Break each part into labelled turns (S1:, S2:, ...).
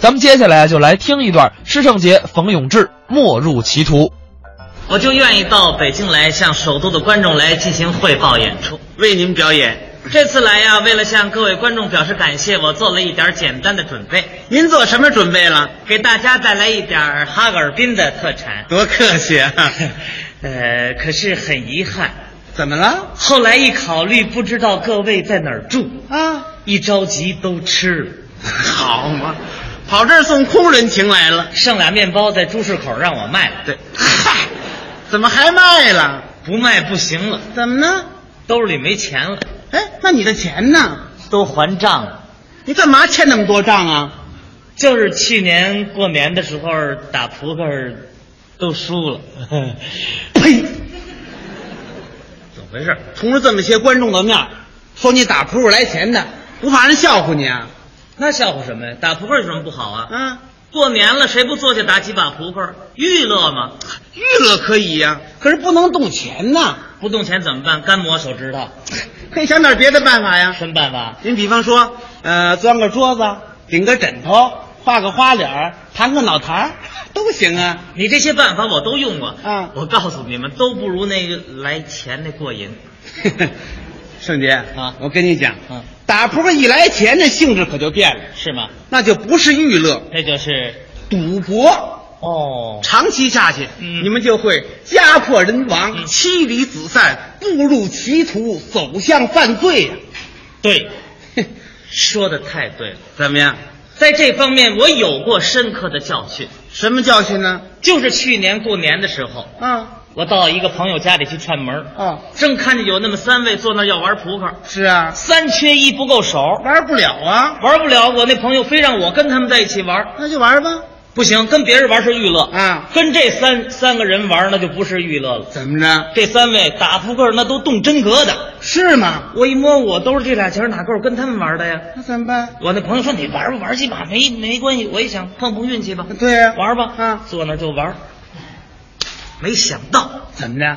S1: 咱们接下来就来听一段施圣杰、冯永志《莫入歧途》。
S2: 我就愿意到北京来，向首都的观众来进行汇报演出。
S3: 为您表演。
S2: 这次来呀，为了向各位观众表示感谢，我做了一点简单的准备，
S3: 您做什么准备了？
S2: 给大家带来一点哈尔滨的特产。
S3: 多客气啊！
S2: 呃，可是很遗憾，
S3: 怎么了？
S2: 后来一考虑，不知道各位在哪儿住，
S3: 啊，
S2: 一着急都吃了。
S3: 好嘛，跑这儿送空人情来了。
S2: 剩俩面包在猪市口让我卖了，
S3: 对，嗨，怎么还卖了？
S2: 不卖不行了，
S3: 怎么呢？
S2: 兜里没钱了，
S3: 哎，那你的钱呢？
S2: 都还账了。
S3: 你干嘛欠那么多账啊？
S2: 就是去年过年的时候打扑克，都输了。
S3: 呸！
S2: 怎么回事？
S3: 同着这么些观众的面儿，说你打扑克来钱的，不怕人笑话你啊？
S2: 那笑话什么呀？打扑克有什么不好啊？
S3: 啊，
S2: 过年了，谁不坐下打几把扑克？娱乐嘛，
S3: 娱乐可以呀、可是不能动钱呐、
S2: 不动钱怎么办？干磨手指头，
S3: 可以想点别的办法呀。
S2: 什么办法？
S3: 您比方说，呃，钻个桌子，顶个枕头，画个花脸儿，盘个脑台儿，都行啊。
S2: 你这些办法我都用过。
S3: 嗯
S2: 我告诉你们，都不如那个来钱那过瘾。
S3: 圣杰
S2: 啊
S3: 我跟你讲，
S2: 嗯，
S3: 打扑克一来钱，这性质可就变了，
S2: 是吗？
S3: 那就不是娱乐，
S2: 这就是
S3: 赌博。
S2: 哦，
S3: 长期下去，
S2: 嗯
S3: 你们就会家破人亡、
S2: 嗯
S3: 妻离子散，步入歧途，走向犯罪呀、
S2: 对，说的太对了，
S3: 怎么样？
S2: 在这方面我有过深刻的教训。
S3: 什么教训呢？
S2: 就是去年过年的时候，
S3: 啊
S2: 我到一个朋友家里去串门儿，
S3: 啊，
S2: 正看见有那么三位坐那儿要玩扑克，
S3: 是啊，
S2: 三缺一不够手，
S3: 玩不了啊，
S2: 玩不了。我那朋友非让我跟他们在一起玩，
S3: 那就玩吧。
S2: 不行，跟别人玩是娱乐
S3: 啊，
S2: 跟这三三个人玩那就不是娱乐了。
S3: 怎么着？
S2: 这三位打扑克那都动真格的，
S3: 是吗？
S2: 我一摸我兜里这俩钱哪够跟他们玩的呀？
S3: 那怎么办？
S2: 我那朋友说你玩吧，玩去吧，没没关系。我一想碰碰运气吧，
S3: 对呀、
S2: 玩吧，
S3: 啊，
S2: 坐那儿就玩。没想到
S3: 怎么着？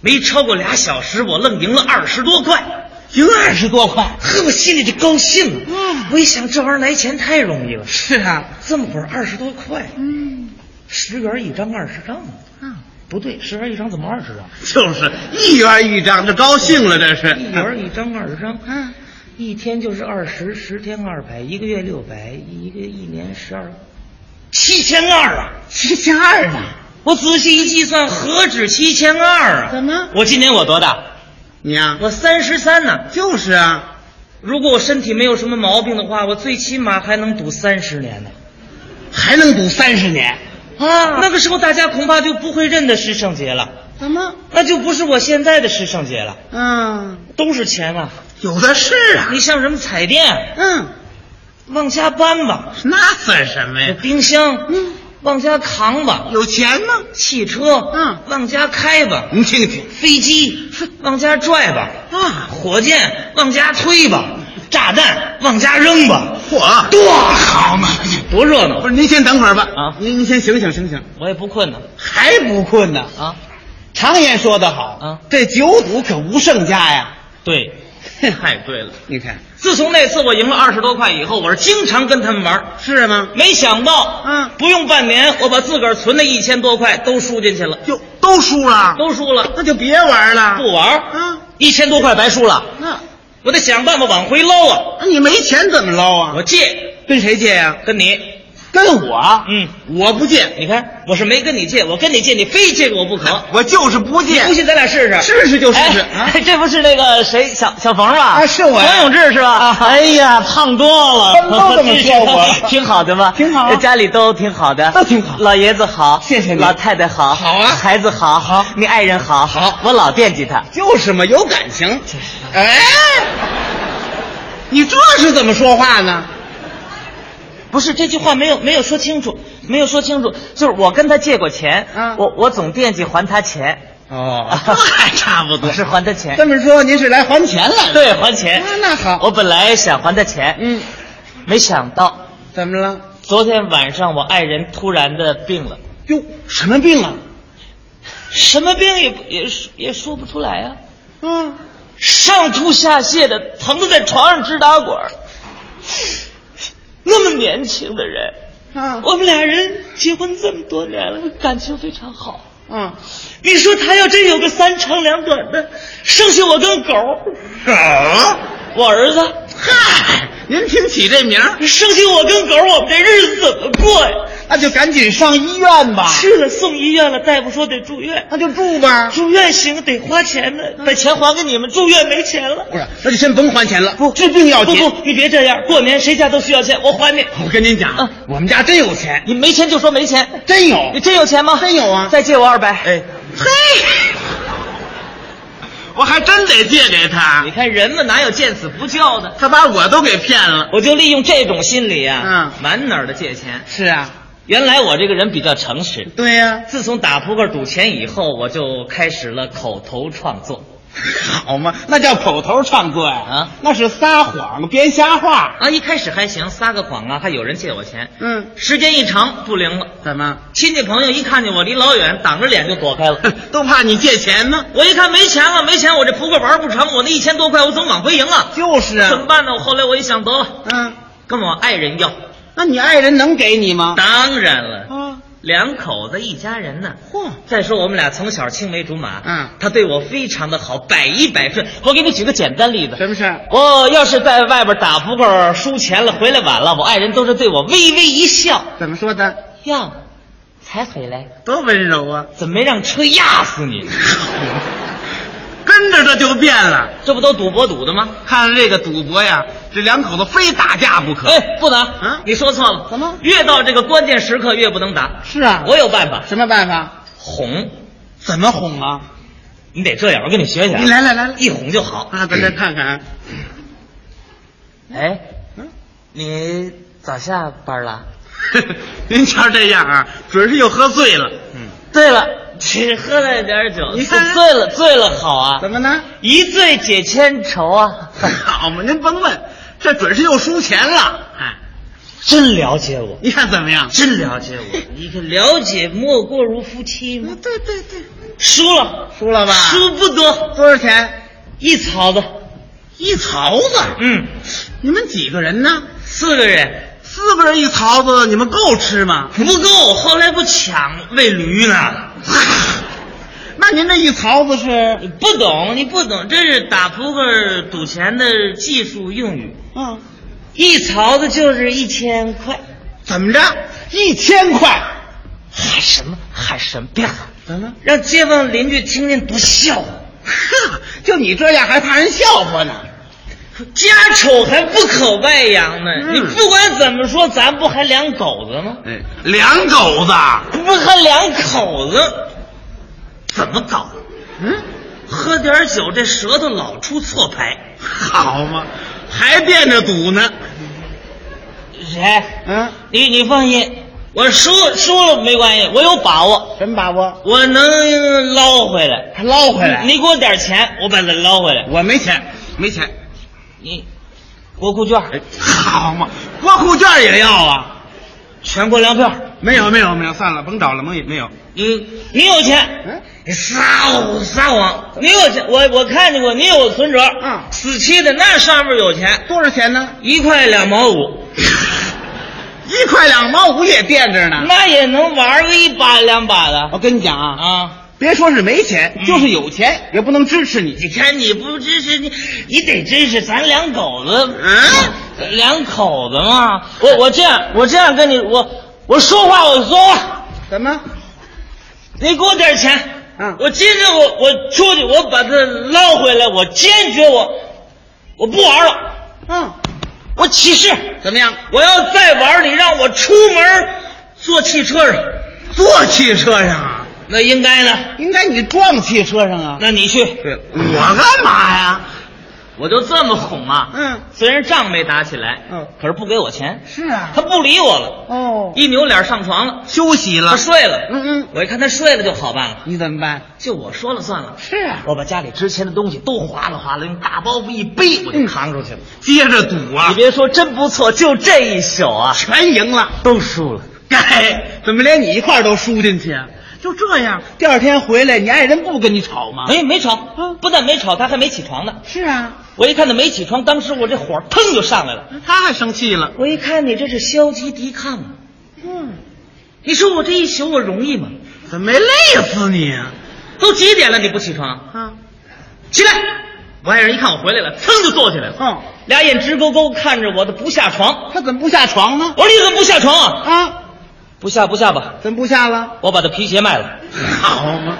S2: 没超过俩小时，我愣赢了二十多块，
S3: 赢二十多块。
S2: 呵，我心里这高兴啊！
S3: 嗯
S2: 我一想这玩意儿来钱太容易了，
S3: 是啊，
S2: 这么会儿二十多块，
S3: 嗯，
S2: 十元一张，二十张啊？不对，十元一张怎么二十张？啊
S3: 就是一元一张，这高兴了，这是
S2: 一元一张，二十张，
S3: 嗯，
S2: 一天就是二十，十天二百，一个月六百，一个一年十二，七千二啊！
S3: 七千二呢？
S2: 我仔细一计算，何止七千二啊！
S3: 怎么
S2: 我今年我多大？
S3: 你呀、
S2: 我三十三呢。
S3: 就是啊，
S2: 如果我身体没有什么毛病的话，我最起码还能赌三十年呢。
S3: 还能赌三十年？
S2: 啊，那个时候大家恐怕就不会认得石圣杰了，
S3: 怎么？
S2: 那就不是我现在的石圣杰了，
S3: 嗯，
S2: 都是钱啊！
S3: 有的是啊
S2: 你。像什么彩电，
S3: 嗯，
S2: 往家搬吧；
S3: 那算什么
S2: 有？冰箱，
S3: 嗯，
S2: 往家扛吧；
S3: 有钱吗？
S2: 汽车，
S3: 嗯
S2: 往家开吧；
S3: 您听听
S2: 飞机，往家拽吧；
S3: 啊，
S2: 火箭往家推吧，炸弹往家扔吧，
S3: 嚯，
S2: 多好嘛！多热闹
S3: 不！是您先等会儿吧？
S2: 啊
S3: 您您先醒醒醒醒，
S2: 我也不困呢
S3: 还不困呢？
S2: 啊。
S3: 常言说得好
S2: 啊
S3: 这九赌可无胜家呀。
S2: 对， 太对了。
S3: 你看
S2: 自从那次我赢了二十多块以后，我是经常跟他们玩。
S3: 是吗？
S2: 没想到，
S3: 嗯
S2: 不用半年，我把自个儿存的一千多块都输进去了，
S3: 就都输了，
S2: 都输了，
S3: 那就别玩了。
S2: 不玩，
S3: 啊，
S2: 一千多块白输了，
S3: 那
S2: 我得想办法往回捞啊！
S3: 那你没钱怎么捞啊？
S2: 我借
S3: 跟谁借呀、
S2: 跟你，
S3: 跟我？
S2: 嗯，
S3: 我不借，
S2: 你看我是没跟你借，我跟你借，你非借给我不可。
S3: 我就是不借
S2: 不信咱俩试试，
S3: 试试就试试
S2: 哎
S3: 啊
S2: 这不是那个谁小小冯吧？
S3: 啊是我呀啊
S2: 冯永志是吧？哎呀，胖多了，
S3: 他们都这么说我
S2: 挺好的嘛，
S3: 挺好啊
S2: 家里都挺好的，
S3: 都挺好
S2: 老爷子好，
S3: 谢谢你
S2: 老太太好，
S3: 好啊
S2: 孩子好，好，你爱人好，
S3: 好
S2: 我老惦记他。
S3: 就是嘛，有感情。哎，你这是怎么说话呢？
S2: 不是这句话没有没有说清楚，没有说清楚，就是我跟他借过钱，
S3: 啊
S2: 我我总惦记还他钱，
S3: 哦这还差不多
S2: 我。是还他钱，
S3: 这么说，您是来还钱来了？
S2: 对，还钱。
S3: 啊那好
S2: 我本来想还他钱，
S3: 嗯，
S2: 没想到。
S3: 怎么了？
S2: 昨天晚上我爱人突然的病了，
S3: 哟，什么病啊？
S2: 什么病也不也说也说不出来啊，
S3: 啊，
S2: 上吐下泻的，疼的在床上直打滚儿。那么年轻的人，
S3: 啊
S2: 我们俩人结婚这么多年了，感情非常好。
S3: 啊，
S2: 你说他要真有个三长两短的，剩下我跟狗，
S3: 狗，
S2: 我儿子，
S3: 啊嗨，您听起这名儿，
S2: 剩下我跟狗，我们这日子怎么过呀？
S3: 那就赶紧上医院吧，
S2: 去了送医院了，大夫说得住院，
S3: 那就住吧。
S2: 住院行得花钱的，把钱还给你们，住院没钱了。
S3: 不是，那就先甭还钱了，不治病要
S2: 不
S3: 紧。
S2: 不，你别这样，过年谁家都需要钱，我还你。
S3: 我跟您讲，
S2: 啊
S3: 我们家真有钱，
S2: 你没钱就说没钱，
S3: 真有。
S2: 你嗯真有钱吗？
S3: 真有啊
S2: 再借我二百。
S3: 哎，嘿，我还真得借给他
S2: 你，看人们哪有见死不救的？
S3: 他把我都给骗了。
S2: 我就利用这种心理啊，
S3: 嗯
S2: 满哪儿的借钱。
S3: 是啊，
S2: 原来我这个人比较诚实，
S3: 对呀、
S2: 自从打扑克赌钱以后，我就开始了口头创作。
S3: 好嘛，那叫口头唱歌呀、
S2: 啊
S3: 那是撒谎编瞎话。
S2: 啊，一开始还行，撒个谎啊，还有人借我钱。
S3: 嗯，
S2: 时间一长，不灵了。
S3: 怎么
S2: 亲戚朋友一看见我离老远，挡着脸就躲开了。
S3: 都怕你借钱呢？
S2: 我一看没钱了，没钱，我这扑克玩不成，我那一千多块我总往回赢啊，
S3: 就是
S2: 怎么
S3: 啊，
S2: 办呢？我后来我一想，得了，
S3: 嗯，
S2: 跟我爱人要。
S3: 那你爱人能给你吗？
S2: 当然了，
S3: 啊，
S2: 两口子一家人呢。
S3: 嚯，
S2: 再说我们俩从小青梅竹马，
S3: 嗯
S2: 他对我非常的好，百依百顺。我给你举个简单例子，
S3: 什么事儿？
S2: 我要是在外边打扑克输钱了，回来晚了，我爱人都是对我微微一笑，
S3: 怎么说的？
S2: 呀，才回来，
S3: 多温柔啊！
S2: 怎么没让车压死你？
S3: 跟着这就变了。
S2: 这不都赌博赌的吗？
S3: 看这个赌博呀，这两口子非打架不可。
S2: 哎，不能，
S3: 啊
S2: 你说错了，
S3: 怎么
S2: 越到这个关键时刻越不能打？
S3: 是啊，
S2: 我有办法，
S3: 什么办法？
S2: 哄，
S3: 怎么哄啊？
S2: 你得这样，我跟你学学啊，
S3: 你来来来来
S2: 一哄就好。
S3: 啊，咱再看看。
S2: 哎，
S3: 嗯，
S2: 你早下班了？
S3: 您瞧这样啊，准是又喝醉了。嗯，
S2: 对了， 只喝了点酒，
S3: 你看
S2: 醉了醉了好啊，
S3: 怎么呢？
S2: 一醉解千愁啊。
S3: 好嘛，您甭问，这准是又输钱了。哎，
S2: 真了解 我，
S3: 你看怎么样？
S2: 真了解我，你看了解莫过如夫妻嘛。
S3: 啊对对对，
S2: 输了，
S3: 嗯输了吧？
S2: 输不多，
S3: 多少钱？
S2: 一槽子。
S3: 一槽子。
S2: 嗯，
S3: 你们几个人呢？
S2: 四个人
S3: 四个人一槽子，你们够吃吗？
S2: 不够，后来不抢喂驴 呢。
S3: 那您这一槽子是？
S2: 你不懂，你不懂，这是打扑克赌钱的技术用语。
S3: 嗯，
S2: 一槽子就是一千块。
S3: 怎么着？一千 块？
S2: 喊什么？喊什么？别喊，
S3: 怎么？
S2: 让街坊邻居听见多笑话。
S3: 哈，就你这样还怕人笑话呢？
S2: 家丑还不可外扬呢。
S3: 嗯
S2: 你不管怎么说，咱不还两口子吗？
S3: 哎，两狗子，
S2: 不还两口子？怎么搞？
S3: 嗯，
S2: 喝点酒，这舌头老出错牌。
S3: 好嘛，还惦着赌呢。
S2: 谁？
S3: 嗯，
S2: 你你放心，我输输了没关系，我有把握，
S3: 什么把握？
S2: 我能捞回来。
S3: 还捞回来？
S2: 你给我点钱，我把它捞回来。
S3: 我没钱，没钱。
S2: 你，国库券、
S3: 哎，好嘛，刮护券也要啊？
S2: 全国粮票，
S3: 没有，没有，没有，算了，甭找了，没没有。
S2: 你你有钱，
S3: 嗯，
S2: 你撒谎撒谎，你有钱，我我看见过，你有存折，
S3: 嗯
S2: 死期的那上面有钱，
S3: 多少钱呢？
S2: 一块两毛五，
S3: 一块两毛五也惦着呢。
S2: 那也能玩个一把两把的
S3: 我跟你讲啊，
S2: 啊。
S3: 别说是没钱，
S2: 嗯
S3: 就是有钱也不能支持你。
S2: 你看你不支持你，你得支持咱两口子，
S3: 嗯
S2: 两口子嘛。我我这样，我这样跟你，我我说话我说话，
S3: 怎么？
S2: 你给我点钱，
S3: 嗯
S2: 我今天我我出去，我把它捞回来，我坚决我我不玩了，
S3: 嗯，
S2: 我起誓，
S3: 怎么样？
S2: 我要再玩，你让我出门坐汽车上，
S3: 坐汽车上啊？
S2: 那应该呢？
S3: 应该你撞汽车上啊？
S2: 那你去，
S3: 对，我干嘛呀？
S2: 我就这么哄啊。
S3: 嗯，
S2: 虽然仗没打起来，
S3: 嗯
S2: 可是不给我钱，
S3: 是啊
S2: 他不理我了。
S3: 哦，
S2: 一扭脸上床了，
S3: 休息了
S2: 他。睡了。
S3: 嗯嗯
S2: 我一看他睡了就好办了，
S3: 你怎么办？
S2: 就我说了算了。
S3: 是啊，
S2: 我把家里值钱的东西都划拉划拉，用大包袱一背，我就扛出去了。
S3: 接着赌啊
S2: 嗯你，别说，真不错，就这一宿啊，
S3: 全赢了。
S2: 都输了。
S3: 该怎么连你一块儿都输进去啊？就这样，第二天回来，你爱人不跟你吵吗？
S2: 哎，没吵
S3: 嗯，
S2: 不但没吵，他还没起床呢。
S3: 是啊，
S2: 我一看他没起床，当时我这火腾就上来了。
S3: 他还生气了。
S2: 我一看你这是消极抵抗啊，嗯，你说我这一宿我容易吗？
S3: 怎么没累死你啊？
S2: 都几点了你不起床？
S3: 啊，
S2: 起来！我爱人一看我回来了，噌就坐起来了，
S3: 嗯，
S2: 俩眼直勾勾看着我，他不下床。
S3: 他怎么不下床呢？
S2: 我说你怎么不下床啊？
S3: 啊，
S2: 不下不下吧，
S3: 怎么不下了？
S2: 我把他皮鞋卖了。
S3: 好嘛，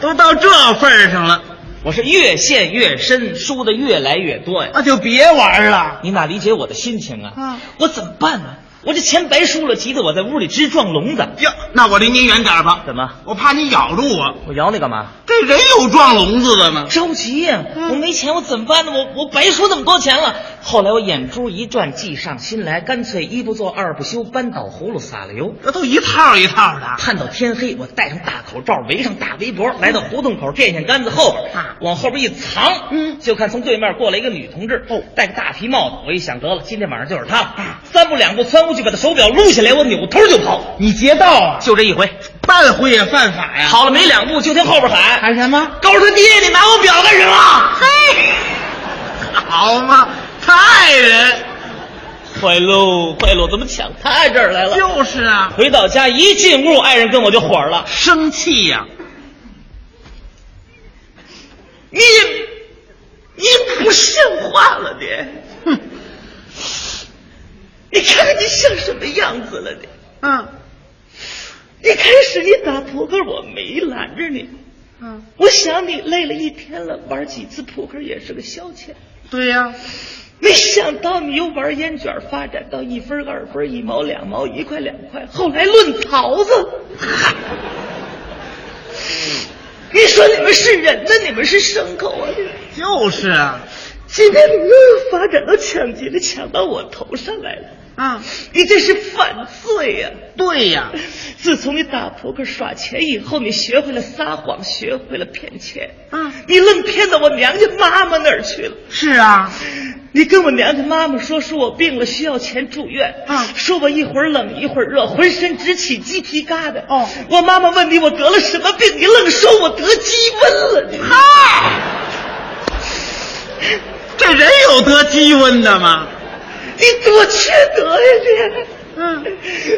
S3: 都到这份儿上了，
S2: 我是越陷越深，输的越来越多呀。
S3: 那就别玩了。
S2: 你哪理解我的心情啊？
S3: 啊
S2: 我怎么办呢？我这钱白输了，急得我在屋里直撞聋子。
S3: 哟，那我离您远点儿吧。
S2: 怎么？
S3: 我怕你咬住我。
S2: 我咬你干嘛？
S3: 这人有撞聋子的吗？
S2: 着急呀、我没钱，我怎么办呢？我我白输那么多钱了。后来我眼珠一转，计上心来，干脆一不做二不休，扳倒葫芦撒了油。
S3: 这都一套一套的。
S2: 盼啊到天黑，我戴上大口罩，围上大围脖，来到胡同口电线杆子后边，
S3: 啊
S2: 往后边一藏，
S3: 嗯
S2: 就看从对面过来一个女同志，
S3: 哦
S2: 戴个大皮帽子。我一想，得了，今天晚上就是她了。三步两步窜过去，把她手表撸下来，我扭头就跑。哎
S3: 你劫道啊？
S2: 就这一回，
S3: 半回也犯法呀？
S2: 跑了没两步，就听后边喊
S3: 喊什么：“？
S2: 高他爹，你拿我表干什么？”
S3: 好嘛，太人
S2: 嘿，坏喽，坏喽，怎么抢他这儿来了？
S3: 就是啊，
S2: 回到家一进屋，爱人跟我就火了。
S3: 生气呀、
S2: 你，你不像话了，你！
S3: 哼，
S2: 你看看你像什么样子了，你！
S3: 嗯
S2: 一开始你打扑克我没拦着你，
S3: 嗯，
S2: 我想你累了一天了，玩几次扑克也是个消遣。
S3: 对呀、
S2: 没想到你又玩烟卷，发展到一分、二分、一毛、两毛、一块、两块，后来论桃子。你说你们是人呢？你们是牲口啊！你们
S3: 就是啊，
S2: 今天你们又发展到抢劫了，抢到我头上来了，
S3: 啊，
S2: 你这是犯罪呀、
S3: 对呀、
S2: 自从你打扑克耍钱以后，你学会了撒谎，学会了骗钱。
S3: 嗯
S2: 你愣骗到我娘家妈妈那儿去了。
S3: 是啊，
S2: 你跟我娘家妈妈说，说我病了，需要钱住院。
S3: 嗯
S2: 说我一会儿冷一会儿热，浑身直起鸡皮疙瘩。
S3: 哦
S2: 我妈妈问你我得了什么病，你愣说我得鸡瘟了。嗨，
S3: 这人有得鸡瘟的吗？
S2: 你多缺德呀你！
S3: 嗯，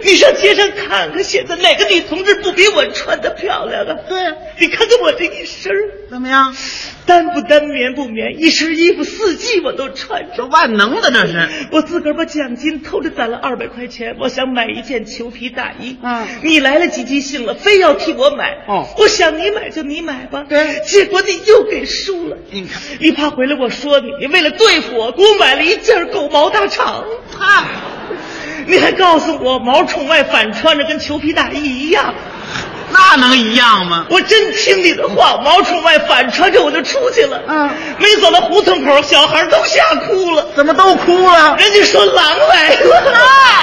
S2: 你上街上看看，现在哪个女同志不比我穿的漂亮啊？
S3: 对呀
S2: 你看看我这一身儿
S3: 怎么样？
S2: 单不单，棉不棉，一身衣服四季我都穿
S3: 这
S2: 着。
S3: 万能的这是，
S2: 我自个儿把奖金偷着攒了二百块钱，我想买一件裘皮大衣。
S3: 嗯
S2: 你来了积极性了，非要替我买。
S3: 哦
S2: 我想你买就你买吧。
S3: 对
S2: 结果你又给输了。
S3: 你看，
S2: 你怕回来我说你，你为了对付我，给我买了一件狗毛大长。
S3: 嗨，
S2: 你还告诉我毛虫外反穿着跟裘皮大衣一样，
S3: 那能一样吗？
S2: 我真听你的话，毛虫外反穿着我就出去了。
S3: 嗯
S2: 没走到胡同口，小孩都吓哭了，
S3: 怎么都哭啊了？
S2: 人家说狼来了。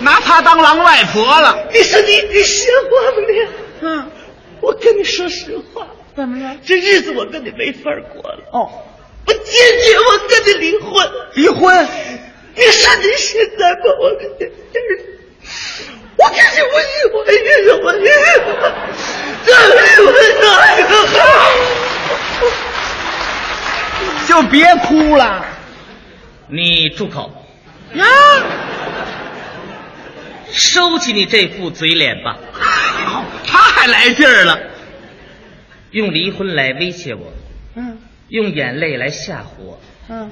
S3: 拿他当狼外婆了？
S2: 你说你你像话吗你？
S3: 嗯，
S2: 我跟你说实话，
S3: 怎么了？
S2: 这日子我跟你没法过了，
S3: 哦，
S2: 我坚决我跟你离婚。
S3: 离婚。
S2: 你说你现在吧，我跟你这儿，我跟你我一我一我一我，这我
S3: 就别哭了
S2: 你住口！
S3: 呀！
S2: 收起你这副嘴脸吧！
S3: 好 他还来劲儿了。
S2: 用离婚来威胁我，
S3: 嗯
S2: 用眼泪来吓唬我，
S3: 嗯，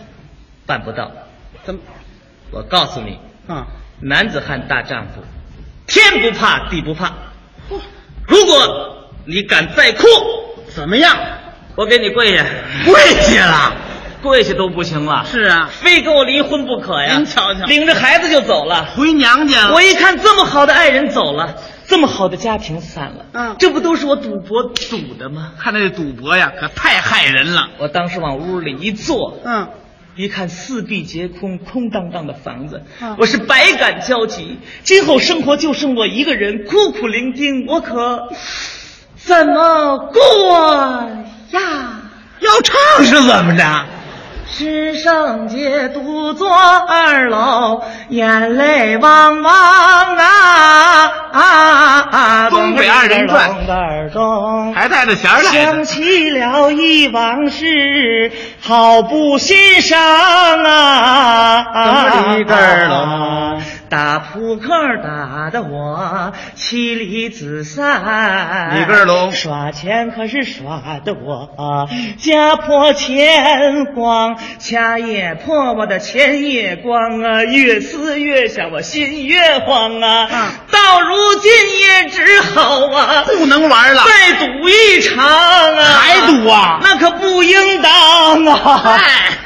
S2: 办不到。
S3: 怎么？
S2: 我告诉你，
S3: 啊，
S2: 男子汉大丈夫，天不怕地不怕。如果你敢再哭，
S3: 怎么样？
S2: 我给你跪下，
S3: 跪下了。
S2: 跪下都不行了，
S3: 是啊，
S2: 非跟我离婚不可呀！
S3: 您瞧嗯瞧
S2: 领着孩子就走了。
S3: 哎回娘家了。
S2: 我一看这么好的爱人走了，这么好的家庭散了，
S3: 嗯
S2: 这不都是我赌博赌的吗？
S3: 看来这赌博呀，可太害人了。
S2: 我当时往屋里一坐，
S3: 嗯，
S2: 一看四壁皆空，空荡荡的房子，
S3: 啊
S2: 我是百感交集。今后生活就剩我一个人，孤苦伶仃，我可怎么过呀？
S3: 要唱是怎么着？
S2: 师圣杰独坐二楼，眼泪汪汪啊啊啊！
S3: 东北二人转
S2: 咚儿咚
S3: 还带着弦儿来
S2: 想
S3: 的。
S2: 起了一往事，好不心伤啊！
S3: 怎么里个儿了
S2: 打扑克打的我妻离子散，
S3: 里个儿喽
S2: 耍钱可是耍的我家破钱荒，家也破，我的钱也光啊，越思越想，我心越慌啊，到如今也只好啊，
S3: 不能玩了，
S2: 再赌一场啊！
S3: 还赌啊哎
S2: 那可不应当啊！
S3: 嗨